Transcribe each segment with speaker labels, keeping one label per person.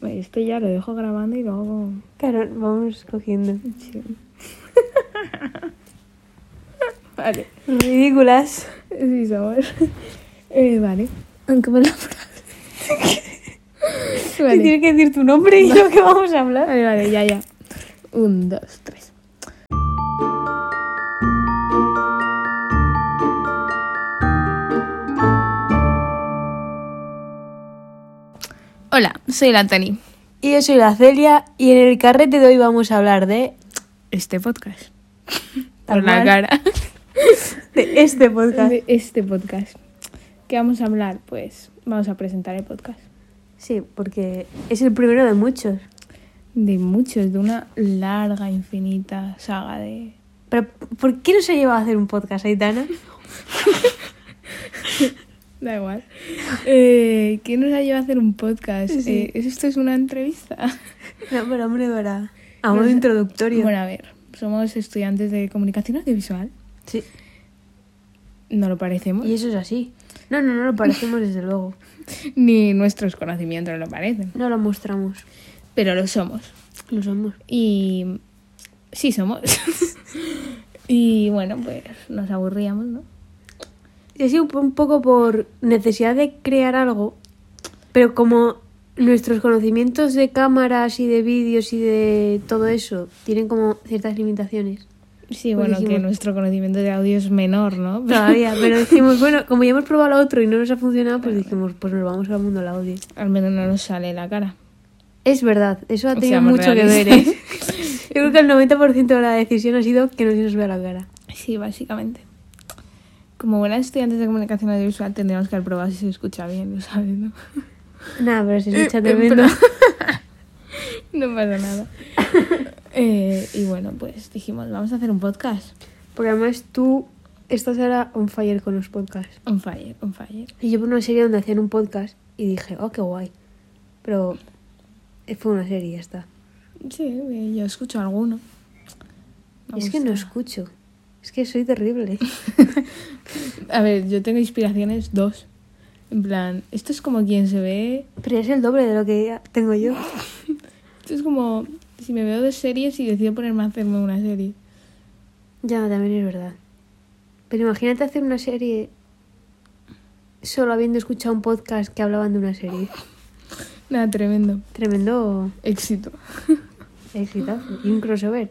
Speaker 1: Pues esto ya lo dejo grabando y luego...
Speaker 2: Claro, vamos cogiendo.
Speaker 1: Sí. vale.
Speaker 2: Ridículas.
Speaker 1: Sí, somos. Eh, vale. Aunque me la
Speaker 2: Y
Speaker 1: Vale.
Speaker 2: tienes que decir tu nombre y lo que vamos a hablar.
Speaker 1: Vale, vale, ya, ya. Un, dos, tres. Hola, soy la Tani.
Speaker 2: Y yo soy la Celia y en el carrete de hoy vamos a hablar de,
Speaker 1: Este podcast.
Speaker 2: Tan
Speaker 1: Por la
Speaker 2: mal.
Speaker 1: cara.
Speaker 2: de este podcast.
Speaker 1: De este podcast. ¿Qué vamos a hablar? Pues vamos a presentar el podcast.
Speaker 2: Sí, porque es el primero de muchos.
Speaker 1: De muchos, de una larga, infinita saga de...
Speaker 2: Pero ¿por qué no se lleva a hacer un podcast, Aitana?
Speaker 1: Da igual. Eh, ¿Quién nos ha llevado a hacer un podcast?
Speaker 2: Sí.
Speaker 1: Eh, ¿Esto es una entrevista?
Speaker 2: No, pero hombre, para... A modo
Speaker 1: Nos-
Speaker 2: introductorio.
Speaker 1: Bueno, a ver, somos estudiantes de comunicación audiovisual.
Speaker 2: Sí.
Speaker 1: No lo parecemos.
Speaker 2: Y eso es así. No, no, no lo parecemos desde luego.
Speaker 1: Ni nuestros conocimientos lo parecen.
Speaker 2: No lo mostramos.
Speaker 1: Pero lo somos.
Speaker 2: Lo somos.
Speaker 1: Y... Sí somos. y bueno, pues nos aburríamos, ¿no?
Speaker 2: Y así un po- un poco por necesidad de crear algo, pero como nuestros conocimientos de cámaras y de vídeos y de todo eso tienen como ciertas limitaciones.
Speaker 1: Sí, bueno, que
Speaker 2: Buenísimo.
Speaker 1: nuestro conocimiento de audio es menor, ¿no?
Speaker 2: Todavía, pero decimos, bueno, como ya hemos probado lo otro y no nos ha funcionado, pues dijimos, pues nos vamos al mundo del audio.
Speaker 1: Al menos no nos sale la cara.
Speaker 2: Es verdad, eso ha
Speaker 1: O
Speaker 2: tenido
Speaker 1: seamos
Speaker 2: mucho que ver.
Speaker 1: realistas.
Speaker 2: ¿eh? Yo creo que el 90% de la decisión ha sido que no se nos vea la cara.
Speaker 1: Sí, básicamente. Como buenas estudiantes de comunicación audiovisual tendríamos que haber probado si se escucha bien, lo sabes, ¿no?
Speaker 2: Nada, pero se escucha
Speaker 1: Eh, En
Speaker 2: tremendo.
Speaker 1: plan- no pasa nada. Eh, y bueno, pues dijimos, vamos a hacer un podcast.
Speaker 2: Porque además tú estás ahora on fire con los podcasts.
Speaker 1: Un fire, un fire.
Speaker 2: Y yo por una serie donde hacían un podcast y dije, oh, qué guay. Pero fue una serie y ya está.
Speaker 1: Sí, eh, yo escucho alguno. Me
Speaker 2: es que no
Speaker 1: gusta.
Speaker 2: escucho. Es que soy terrible.
Speaker 1: A ver, yo tengo inspiraciones dos. En plan, esto es como quien se ve.
Speaker 2: Pero es el doble de lo que tengo yo.
Speaker 1: Esto es como si me veo dos series y decido ponerme a hacerme una serie.
Speaker 2: Ya, también es verdad. Pero imagínate hacer una serie solo habiendo escuchado un podcast que hablaban de una serie.
Speaker 1: Nada, tremendo.
Speaker 2: Tremendo
Speaker 1: Éxito.
Speaker 2: éxito y un crossover.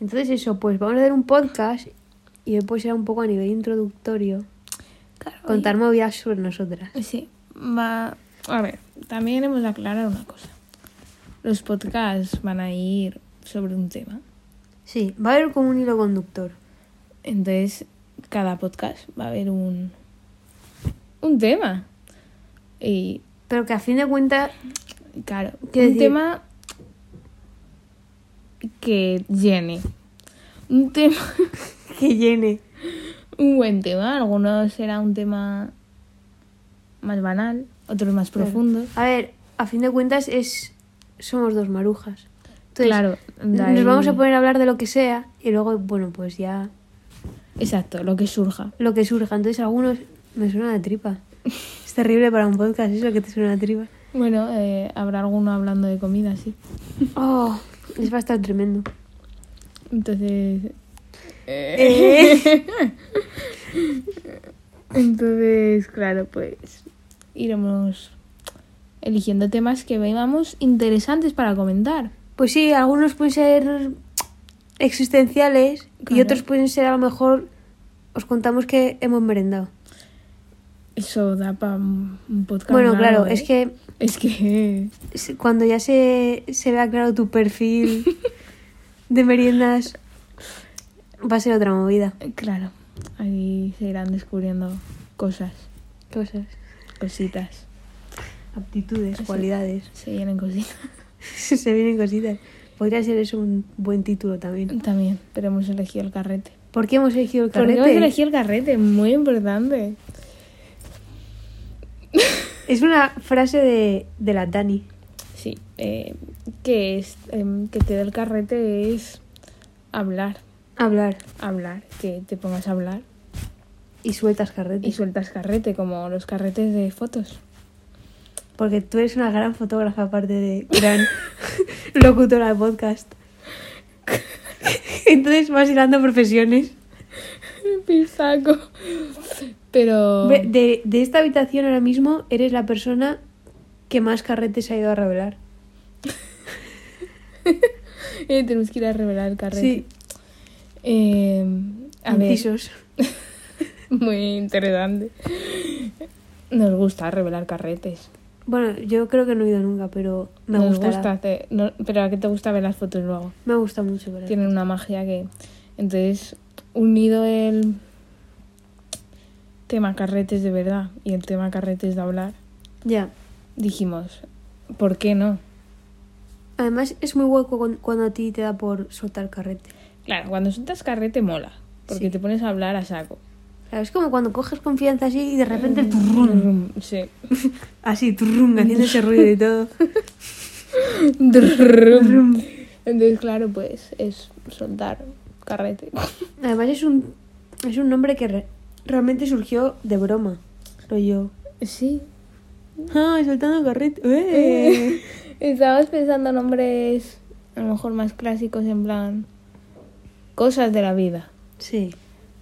Speaker 2: Entonces eso, pues vamos a hacer un podcast y después será un poco a nivel introductorio contar movidas sobre nosotras.
Speaker 1: Eh, Sí, va. A ver, también hemos de aclarar una cosa. Los podcasts van a ir sobre un tema.
Speaker 2: Sí, va a haber como un hilo conductor.
Speaker 1: Entonces, cada podcast va a haber un. un tema. Y,
Speaker 2: Pero que a fin de cuentas,
Speaker 1: claro, un
Speaker 2: ¿Qué decir?
Speaker 1: tema que llene. Un tema.
Speaker 2: que llene.
Speaker 1: un buen tema. Algunos será un tema más banal, otros más profundo.
Speaker 2: A ver, a fin de cuentas es somos dos marujas. Entonces,
Speaker 1: Claro, de ahí-
Speaker 2: nos vamos a poner a hablar de lo que sea y luego, bueno, pues ya
Speaker 1: Exacto, lo que surja.
Speaker 2: lo que surja. Entonces, a algunos me suena de tripa. Es terrible para un podcast eso que te suena de tripa.
Speaker 1: Bueno, eh, habrá alguno hablando de comida, sí.
Speaker 2: Oh, es bastante tremendo.
Speaker 1: Entonces.
Speaker 2: Eh.
Speaker 1: Entonces, claro, pues iremos eligiendo temas que veamos interesantes para comentar.
Speaker 2: Pues sí, algunos pueden ser existenciales y
Speaker 1: Claro.
Speaker 2: otros pueden ser a lo mejor os contamos que hemos merendado.
Speaker 1: Eso da para un podcast.
Speaker 2: Bueno,
Speaker 1: largo,
Speaker 2: claro,
Speaker 1: ¿eh?
Speaker 2: es que
Speaker 1: Es que.
Speaker 2: se- cuando ya se, se vea claro tu perfil de meriendas, va a ser otra movida.
Speaker 1: Claro, ahí se irán descubriendo cosas,
Speaker 2: Cosas,
Speaker 1: cositas.
Speaker 2: aptitudes,
Speaker 1: Sí.
Speaker 2: cualidades.
Speaker 1: Se vienen cositas.
Speaker 2: se vienen cositas. Podría ser eso un buen título también.
Speaker 1: También, pero hemos elegido el carrete.
Speaker 2: ¿Por qué hemos elegido el
Speaker 1: ¿Por
Speaker 2: carrete?
Speaker 1: qué hemos elegido el carrete? Muy importante.
Speaker 2: Es una frase de, de la Dani.
Speaker 1: Sí, eh, que es em, que te dé el carrete es hablar,
Speaker 2: Hablar
Speaker 1: hablar, que te pongas a hablar
Speaker 2: y sueltas carrete.
Speaker 1: y sueltas carrete, como los carretes de fotos.
Speaker 2: Porque tú eres una gran fotógrafa, aparte de gran locutora de podcast. Entonces vas hilando profesiones.
Speaker 1: Pisaco. Pero.
Speaker 2: Ve, De, de esta habitación ahora mismo eres la persona que más carretes ha ido a revelar.
Speaker 1: Eh, tenemos que ir a revelar el carrete.
Speaker 2: Sí,
Speaker 1: Eh, a ver,
Speaker 2: incisos.
Speaker 1: muy interesante. Nos gusta revelar carretes.
Speaker 2: Bueno, yo creo que no he ido nunca, pero me
Speaker 1: Nos
Speaker 2: gustará.
Speaker 1: gusta hacer- no- pero a qué te gusta ver las fotos luego.
Speaker 2: Me gusta mucho. ¿verdad?
Speaker 1: Tienen una magia que. Entonces, unido el tema carretes de verdad y el tema carretes de hablar,
Speaker 2: Ya.
Speaker 1: dijimos, ¿por qué no?
Speaker 2: Además, es muy hueco cuando, cuando a ti te da por soltar carrete.
Speaker 1: Claro, cuando sueltas carrete mola, porque
Speaker 2: Sí.
Speaker 1: te pones a hablar a saco.
Speaker 2: Claro, Es como cuando coges confianza así y de repente turrum.
Speaker 1: Sí.
Speaker 2: Así, turrum, haciendo ese ruido y todo.
Speaker 1: Entonces, claro, pues es soltar carrete.
Speaker 2: Además, es un, es un nombre que re- realmente surgió de broma. Rollo.
Speaker 1: Sí.
Speaker 2: Ah, soltando carrete. ¡Eh!
Speaker 1: Estabas pensando nombres a lo mejor más clásicos en plan cosas de la vida
Speaker 2: Sí.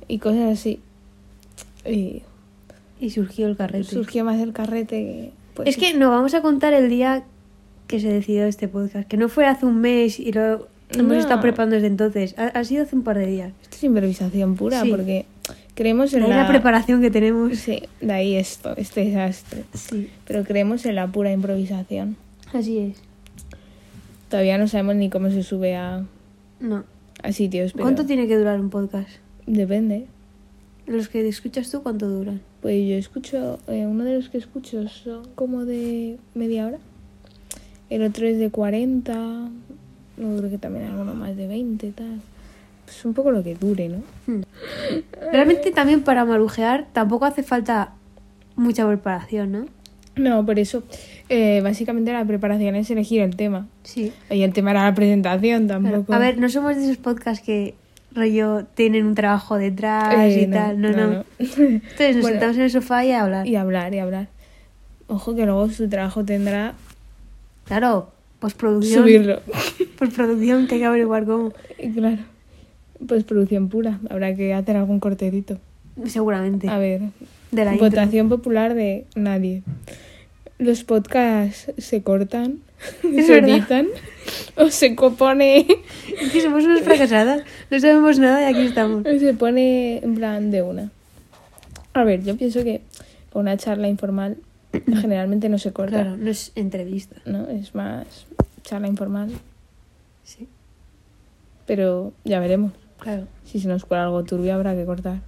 Speaker 1: y cosas así. Y
Speaker 2: Y surgió el carrete.
Speaker 1: surgió más el carrete Pues que... pues,
Speaker 2: es que no vamos a contar el día que se decidió este podcast, que no fue hace un mes y lo hemos
Speaker 1: No.
Speaker 2: estado preparando desde entonces. Ha, ha sido hace un par de días.
Speaker 1: Esto es improvisación pura
Speaker 2: Sí.
Speaker 1: porque creemos en
Speaker 2: Ahí
Speaker 1: la...
Speaker 2: la preparación que tenemos.
Speaker 1: Sí, de ahí esto, este desastre.
Speaker 2: Sí,
Speaker 1: Pero creemos en la pura improvisación.
Speaker 2: así es.
Speaker 1: Todavía no sabemos ni cómo se sube a,
Speaker 2: No.
Speaker 1: a sitios, pero
Speaker 2: ¿Cuánto tiene que durar un podcast?
Speaker 1: depende.
Speaker 2: Los que escuchas tú, ¿cuánto duran?
Speaker 1: Pues yo escucho, eh, uno de los que escucho son como de media hora. El otro es de 40. No creo que también alguno más de 20, tal. Pues un poco lo que dure, ¿no?
Speaker 2: Hmm. Realmente también para marujear tampoco hace falta mucha preparación, ¿no?
Speaker 1: No, por eso, eh, básicamente la preparación es elegir el tema.
Speaker 2: Sí.
Speaker 1: Y el tema era la presentación
Speaker 2: Claro.
Speaker 1: tampoco. Eh,
Speaker 2: A ver, no somos de esos podcasts que rollo tienen un trabajo detrás
Speaker 1: Eh,
Speaker 2: y tal. No, no.
Speaker 1: no.
Speaker 2: Entonces nos
Speaker 1: Bueno.
Speaker 2: sentamos en el sofá y a hablar.
Speaker 1: y hablar, y hablar. Ojo que luego su trabajo tendrá
Speaker 2: Claro, postproducción.
Speaker 1: subirlo.
Speaker 2: Postproducción que hay que averiguar cómo.
Speaker 1: Y claro, pues producción pura. Habrá que hacer algún cortecito.
Speaker 2: Seguramente.
Speaker 1: A ver,
Speaker 2: De la intro.
Speaker 1: Votación popular de nadie. Los podcasts se cortan,
Speaker 2: Es
Speaker 1: se
Speaker 2: verdad.
Speaker 1: editan o se compone,
Speaker 2: Es que somos unas fracasadas. No sabemos nada y aquí estamos.
Speaker 1: o se pone en plan de una. A ver, yo pienso que con una charla informal generalmente no se corta,
Speaker 2: Claro, no es entrevista.
Speaker 1: ¿no? Es más charla informal,
Speaker 2: Sí,
Speaker 1: pero ya veremos.
Speaker 2: claro.
Speaker 1: Si se nos cuela algo turbio habrá que cortar.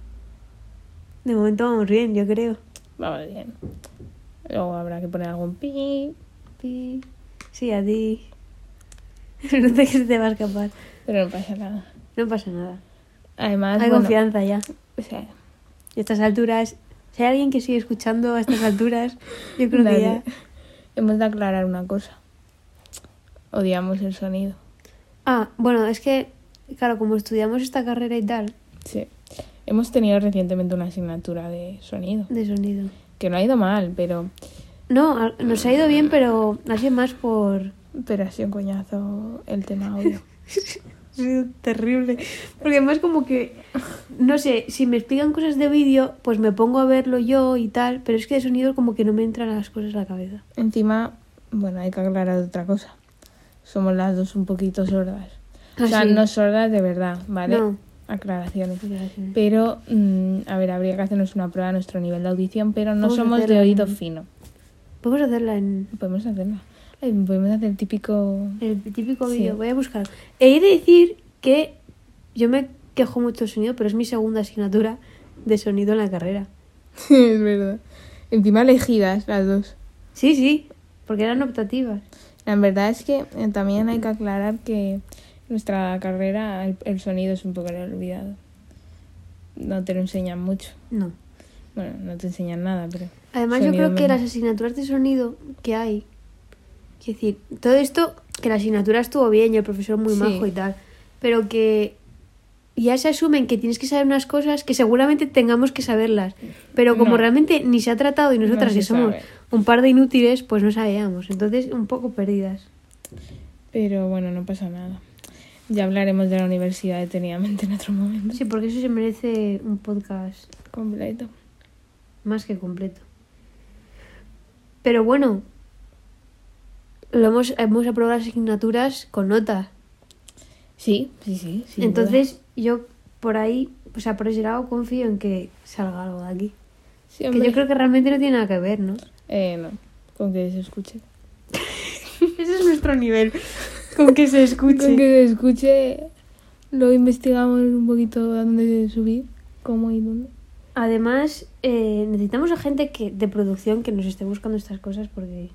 Speaker 2: De momento vamos bien, yo creo.
Speaker 1: Vamos bien. Luego habrá que poner algún pi, pi,
Speaker 2: Sí, a ti. No sé qué se te va a escapar.
Speaker 1: pero no pasa nada.
Speaker 2: No pasa nada.
Speaker 1: Además,
Speaker 2: Hay
Speaker 1: Ah, bueno,
Speaker 2: confianza ya.
Speaker 1: o sea,
Speaker 2: Y a estas alturas, si hay alguien que sigue escuchando a estas alturas, yo creo que
Speaker 1: Nadie.
Speaker 2: ya.
Speaker 1: Hemos de aclarar una cosa. Odiamos el sonido.
Speaker 2: Ah, bueno, es que, claro, como estudiamos esta carrera y tal,
Speaker 1: Sí. Hemos tenido recientemente una asignatura de sonido.
Speaker 2: de sonido.
Speaker 1: Que no ha ido mal, pero,
Speaker 2: No, a- nos ha ido bien, pero ha sido más por.
Speaker 1: pero ha sido un coñazo el tema audio.
Speaker 2: Ha sido terrible. Porque además, como que. No sé, si me explican cosas de vídeo, pues me pongo a verlo yo y tal, pero es que de sonido, como que no me entran las cosas a la cabeza.
Speaker 1: Encima, bueno, hay que aclarar otra cosa. Somos las dos un poquito sordas.
Speaker 2: Ah,
Speaker 1: o sea,
Speaker 2: sí.
Speaker 1: no sordas de verdad, ¿vale?
Speaker 2: No.
Speaker 1: Aclaraciones. Pero, mm, a ver, habría que hacernos una prueba a nuestro nivel de audición, pero no
Speaker 2: Vamos a
Speaker 1: somos de
Speaker 2: hacerla
Speaker 1: oído
Speaker 2: en-
Speaker 1: fino.
Speaker 2: Podemos hacerla en
Speaker 1: Podemos hacerla. Ay, Podemos hacer el típico...
Speaker 2: El típico
Speaker 1: Sí.
Speaker 2: vídeo, voy a buscar. He de decir que yo me quejo mucho del sonido, pero es mi segunda asignatura de sonido en la carrera.
Speaker 1: es verdad. Encima elegidas las dos.
Speaker 2: Sí, sí, porque eran optativas.
Speaker 1: La verdad es que eh, también hay que aclarar que nuestra carrera, el, el sonido es un poco el olvidado. No te lo enseñan mucho.
Speaker 2: No.
Speaker 1: Bueno, no te enseñan nada, pero...
Speaker 2: Además, yo
Speaker 1: sonido
Speaker 2: creo que
Speaker 1: menos.
Speaker 2: las asignaturas de sonido que hay, es decir, todo esto, que la asignatura estuvo bien y el profesor muy
Speaker 1: Sí.
Speaker 2: majo y tal, pero que ya se asumen que tienes que saber unas cosas que seguramente tengamos que saberlas. Pero como
Speaker 1: No.
Speaker 2: realmente ni se ha tratado y nosotras
Speaker 1: se
Speaker 2: que somos
Speaker 1: sabe.
Speaker 2: un par de inútiles, pues no sabíamos. Entonces, un poco perdidas.
Speaker 1: Pero bueno, no pasa nada. Ya hablaremos de la universidad detenidamente en otro momento.
Speaker 2: Sí, porque eso se merece un podcast
Speaker 1: Completo.
Speaker 2: más que completo. Pero bueno, lo hemos, hemos aprobado las asignaturas con notas.
Speaker 1: Sí, sí, sí. sin
Speaker 2: Entonces, yo por ahí, o sea, por ese lado confío en que salga algo de aquí.
Speaker 1: duda. Sí,
Speaker 2: Que
Speaker 1: hombre.
Speaker 2: yo creo que realmente no tiene nada que ver, ¿no?
Speaker 1: Eh, no, con que se escuche.
Speaker 2: Ese es nuestro nivel. Con que se escuche.
Speaker 1: Con que se escuche, lo investigamos un poquito a dónde subir, cómo y dónde.
Speaker 2: Además, eh, necesitamos a gente que, de producción que nos esté buscando estas cosas porque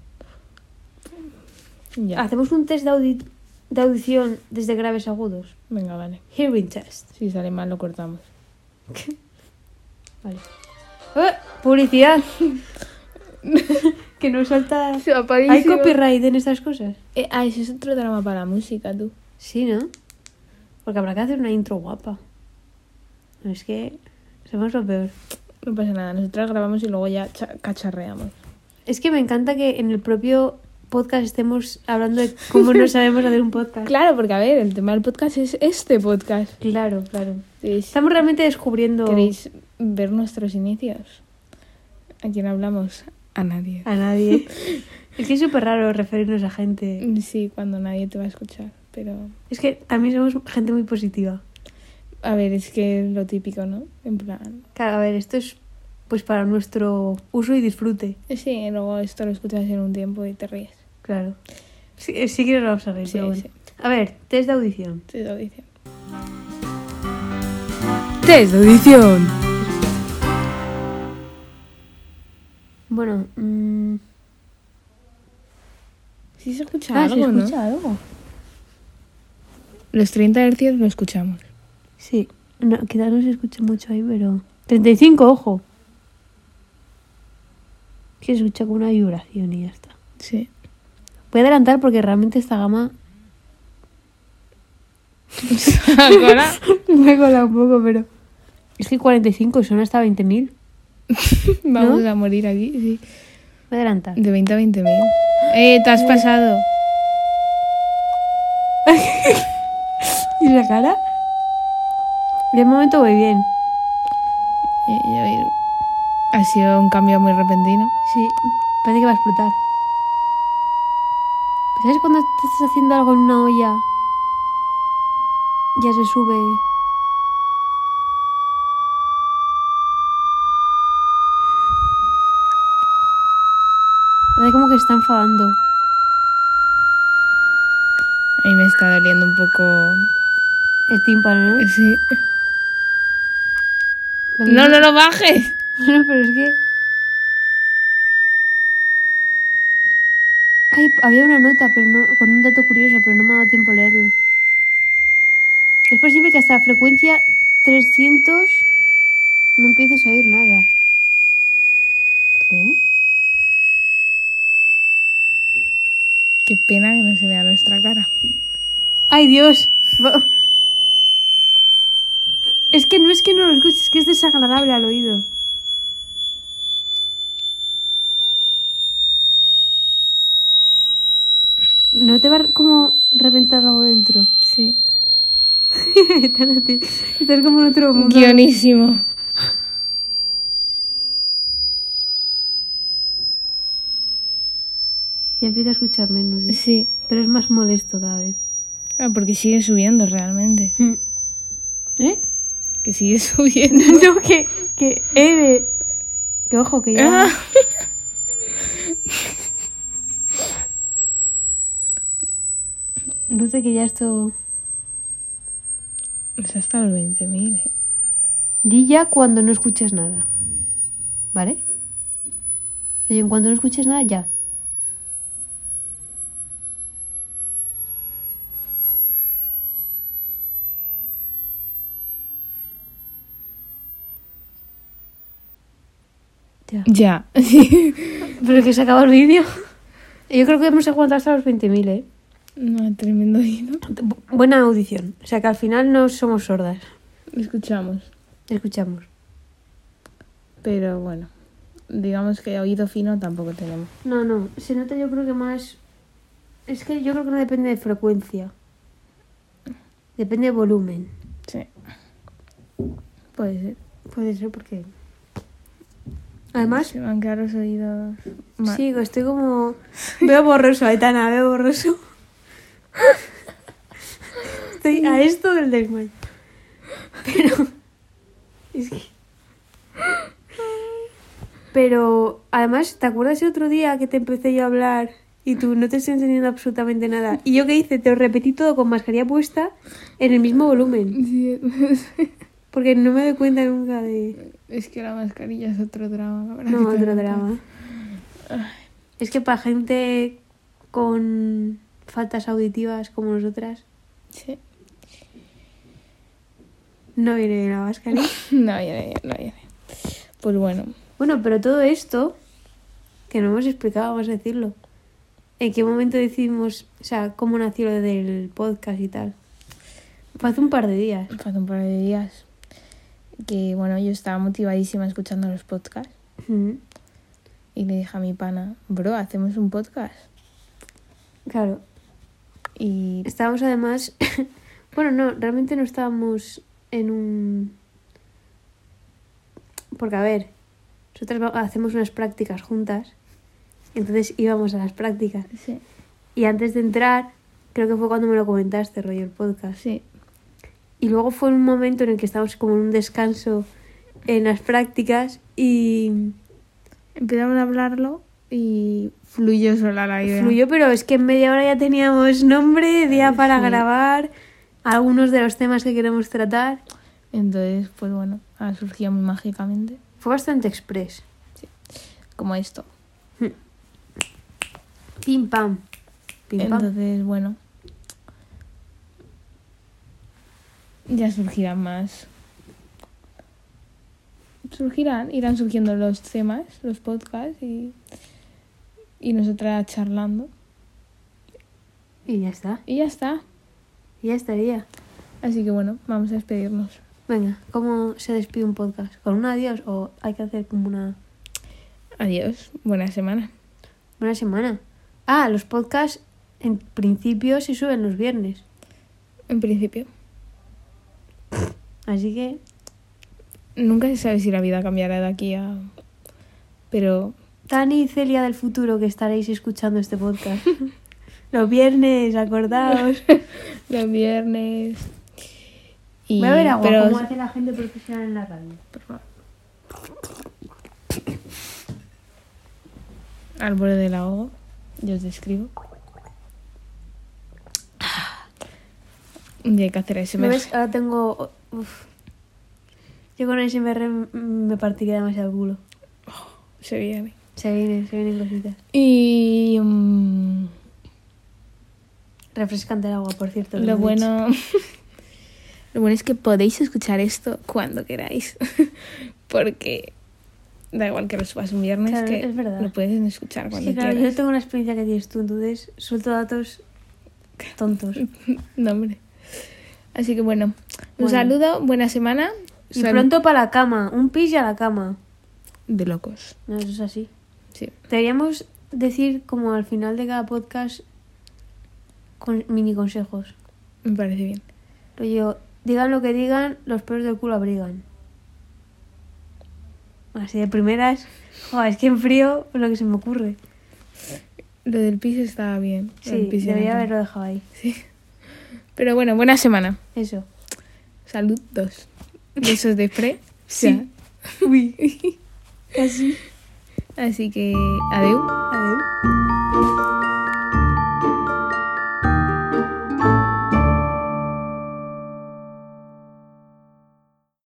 Speaker 1: Ya.
Speaker 2: hacemos un test de, audi- de audición desde graves a agudos.
Speaker 1: Venga, vale.
Speaker 2: Hearing test.
Speaker 1: Si sale mal, lo cortamos.
Speaker 2: Vale. ¡Eh! Publicidad. que no salta. ¿Hay copyright en estas cosas?
Speaker 1: Eh, ah, ese es otro drama para la música, tú.
Speaker 2: Sí, ¿no? Porque habrá que hacer una intro guapa. No, Es que somos lo peor.
Speaker 1: No pasa nada, nosotras grabamos y luego ya cha- cacharreamos.
Speaker 2: Es que me encanta que en el propio podcast estemos hablando de cómo no sabemos hacer un podcast.
Speaker 1: Claro, porque a ver, el tema del podcast es este podcast.
Speaker 2: Claro, claro.
Speaker 1: Entonces,
Speaker 2: Estamos realmente descubriendo
Speaker 1: ¿Queréis ver nuestros inicios? ¿A quién hablamos? A nadie.
Speaker 2: a nadie. es que es súper raro referirnos a gente.
Speaker 1: Sí, cuando nadie te va a escuchar, pero...
Speaker 2: Es que también somos gente muy positiva.
Speaker 1: A ver, es que es lo típico, ¿no? En plan...
Speaker 2: Claro, a ver, esto es pues para nuestro uso y disfrute.
Speaker 1: Sí, luego esto lo escuchas en un tiempo y te ríes.
Speaker 2: Claro. Sí, sí que nos vamos a reír,
Speaker 1: Sí,
Speaker 2: pero bueno.
Speaker 1: sí.
Speaker 2: A ver, test de audición.
Speaker 1: Te lo dicen.
Speaker 2: Test de audición. Bueno, mm,
Speaker 1: Sí se escucha
Speaker 2: ah,
Speaker 1: algo,
Speaker 2: ¿se escucha
Speaker 1: ¿no?
Speaker 2: algo?
Speaker 1: Los 30 hercios lo escuchamos.
Speaker 2: Sí, no, quizás no se escucha mucho ahí, pero... 35, ojo. Es Que se escucha como una vibración y ya está.
Speaker 1: Sí.
Speaker 2: Voy a adelantar porque realmente esta gama...
Speaker 1: Ahora...
Speaker 2: Me he colado un poco, pero... Es que 45 y son hasta 20.000.
Speaker 1: Vamos
Speaker 2: ¿No?
Speaker 1: a morir aquí, sí.
Speaker 2: Voy a adelantar.
Speaker 1: De 20 a 20 mil. Eh, te has pasado.
Speaker 2: ¿Y la cara? De momento voy bien.
Speaker 1: Eh, ya ver. Ha sido un cambio muy repentino.
Speaker 2: Sí, parece que va a explotar. ¿Sabes cuando te estás haciendo algo en una olla? Ya se sube. Parece como que se está enfadando.
Speaker 1: A mí me está doliendo un poco.
Speaker 2: El tímpano, ¿no?
Speaker 1: Sí.
Speaker 2: Lo
Speaker 1: No,
Speaker 2: mismo-
Speaker 1: no lo bajes.
Speaker 2: No, pero es que. Ay, había una nota pero no, con un dato curioso, pero no me ha dado tiempo a leerlo. Es posible que hasta la frecuencia 300 no empieces a oír nada.
Speaker 1: ¿Mm?
Speaker 2: ¿Qué?
Speaker 1: Qué pena que no se vea nuestra cara.
Speaker 2: ¡Ay, Dios! Va- Es que no es que no lo escuches, es que es desagradable al oído. ¿No te va a como reventar algo dentro?
Speaker 1: Sí.
Speaker 2: Estás así, estás como en otro mundo.
Speaker 1: Guionísimo.
Speaker 2: Ya empieza a escuchar menos, ¿eh?
Speaker 1: Sí.
Speaker 2: pero es más molesto cada vez.
Speaker 1: Ah, porque sigue subiendo realmente.
Speaker 2: Mm. ¿Eh?
Speaker 1: Que sigue subiendo.
Speaker 2: no, que... Que, eh, de- que ojo, que ya...
Speaker 1: Ah.
Speaker 2: Luce Pues que ya esto...
Speaker 1: Es hasta los 20.000. eh.
Speaker 2: Di ya cuando no escuches nada. ¿Vale? Oye, en cuanto no escuches nada, ya. Ya.
Speaker 1: Ya. Sí.
Speaker 2: Pero que se acaba el vídeo. Yo creo que hemos aguantado hasta los 20.000, ¿eh?
Speaker 1: No, tremendo hino.
Speaker 2: Buena audición. O sea que al final no somos sordas.
Speaker 1: escuchamos.
Speaker 2: Escuchamos.
Speaker 1: Pero bueno, digamos que oído fino tampoco tenemos.
Speaker 2: No, no, se nota yo creo que más... Es que yo creo que no depende de frecuencia. Depende de volumen.
Speaker 1: Sí. Puede ser.
Speaker 2: Puede ser porque... Además,
Speaker 1: Se van a quedar los oídos. ma-
Speaker 2: Sí, estoy como. Veo borroso, Aitana, veo borroso. Estoy a esto del desmayo. Pero. Es que. Pero, además, ¿te acuerdas el otro día que te empecé yo a hablar y tú no te estoy entendiendo absolutamente nada? Y yo qué hice, te lo repetí todo con mascarilla puesta en el mismo volumen.
Speaker 1: Sí,
Speaker 2: Porque no me doy cuenta nunca de.
Speaker 1: es que la mascarilla es otro drama. cabrón.
Speaker 2: No, otro drama. Es que para gente con faltas auditivas como nosotras,
Speaker 1: Sí.
Speaker 2: no viene bien la mascarilla.
Speaker 1: No, ya, ya, no, ya. Pues bueno,
Speaker 2: bueno, pero todo esto, que no hemos explicado, vamos a decirlo. ¿En qué momento decidimos, o sea, cómo nació lo del podcast y tal? Fue hace un par de días.
Speaker 1: hace un par de días que, bueno, yo estaba motivadísima escuchando los podcasts
Speaker 2: Mm,
Speaker 1: y le dije a mi pana, bro, hacemos un podcast.
Speaker 2: Claro.
Speaker 1: Y
Speaker 2: Estábamos además. bueno, no, realmente no estábamos en un. Porque, a ver, nosotras va- hacemos unas prácticas juntas. Entonces íbamos a las prácticas.
Speaker 1: sí,
Speaker 2: Y antes de entrar, creo que fue cuando me lo comentaste, rollo, el podcast.
Speaker 1: sí,
Speaker 2: Y luego fue un momento en el que estábamos como en un descanso en las prácticas y
Speaker 1: empezamos a hablarlo y fluyó sola la idea.
Speaker 2: fluyó, pero es que en media hora ya teníamos nombre, día para
Speaker 1: Sí.
Speaker 2: grabar, algunos de los temas que queremos tratar.
Speaker 1: Entonces, pues bueno, ha surgido muy mágicamente,
Speaker 2: Fue bastante express.
Speaker 1: como esto.
Speaker 2: Pim pam. Pim pam.
Speaker 1: Entonces, bueno, ya surgirán más. Surgirán, irán surgiendo los temas, los podcasts y, y nosotras charlando.
Speaker 2: Y ya está.
Speaker 1: Y ya está.
Speaker 2: Y ya estaría.
Speaker 1: Así que bueno, vamos a despedirnos.
Speaker 2: Venga, ¿cómo se despide un podcast? ¿Con un adiós o hay que hacer como una,
Speaker 1: Adiós, buena semana.
Speaker 2: una semana? Ah, los podcasts en principio se suben los viernes.
Speaker 1: En principio,
Speaker 2: Así que
Speaker 1: nunca se sabe si la vida cambiará de aquí a... Pero
Speaker 2: Tani y Celia del futuro que estaréis escuchando este podcast. Los viernes, acordaos.
Speaker 1: los viernes... Y...
Speaker 2: Voy a ver agua,
Speaker 1: pero-
Speaker 2: cómo hace la gente profesional en la radio.
Speaker 1: Por favor. Al borde del ahogo, yo os describo. Y hay que hacer
Speaker 2: ¿No
Speaker 1: ASMR.
Speaker 2: ves? Ahora tengo... uf. Yo con SMR me partiría demasiado el culo.
Speaker 1: Se viene.
Speaker 2: Se vienen, se vienen cositas.
Speaker 1: Y mm,
Speaker 2: Refrescante el agua, por cierto. que
Speaker 1: lo
Speaker 2: no he dicho.
Speaker 1: bueno. Lo bueno es que podéis escuchar esto cuando queráis. Porque da igual que lo subas un viernes,
Speaker 2: Claro,
Speaker 1: que
Speaker 2: es verdad.
Speaker 1: lo puedes escuchar
Speaker 2: Es
Speaker 1: cuando
Speaker 2: que, claro, yo no
Speaker 1: quieras.
Speaker 2: tengo la experiencia que tienes tú, entonces suelto datos tontos.
Speaker 1: No, hombre. Así que bueno, un
Speaker 2: Bueno.
Speaker 1: saludo, buena semana.
Speaker 2: Y
Speaker 1: Sal-
Speaker 2: pronto para la cama, un pis y a la cama.
Speaker 1: De locos.
Speaker 2: No, eso es así.
Speaker 1: Sí.
Speaker 2: Deberíamos decir como al final de cada podcast con mini consejos.
Speaker 1: Me parece bien.
Speaker 2: Rollo, digan lo que digan, los pelos del culo abrigan. Así de primeras, joder, es que en frío pues lo que se me ocurre.
Speaker 1: Lo del piso estaba bien. lo del
Speaker 2: Sí,
Speaker 1: piso
Speaker 2: debería
Speaker 1: era-
Speaker 2: haberlo dejado ahí.
Speaker 1: Sí. Pero bueno, buena semana.
Speaker 2: Eso.
Speaker 1: Saludos. Besos de pre.
Speaker 2: Sí. Uy. Casi.
Speaker 1: Así que, adiós.
Speaker 2: Adiós.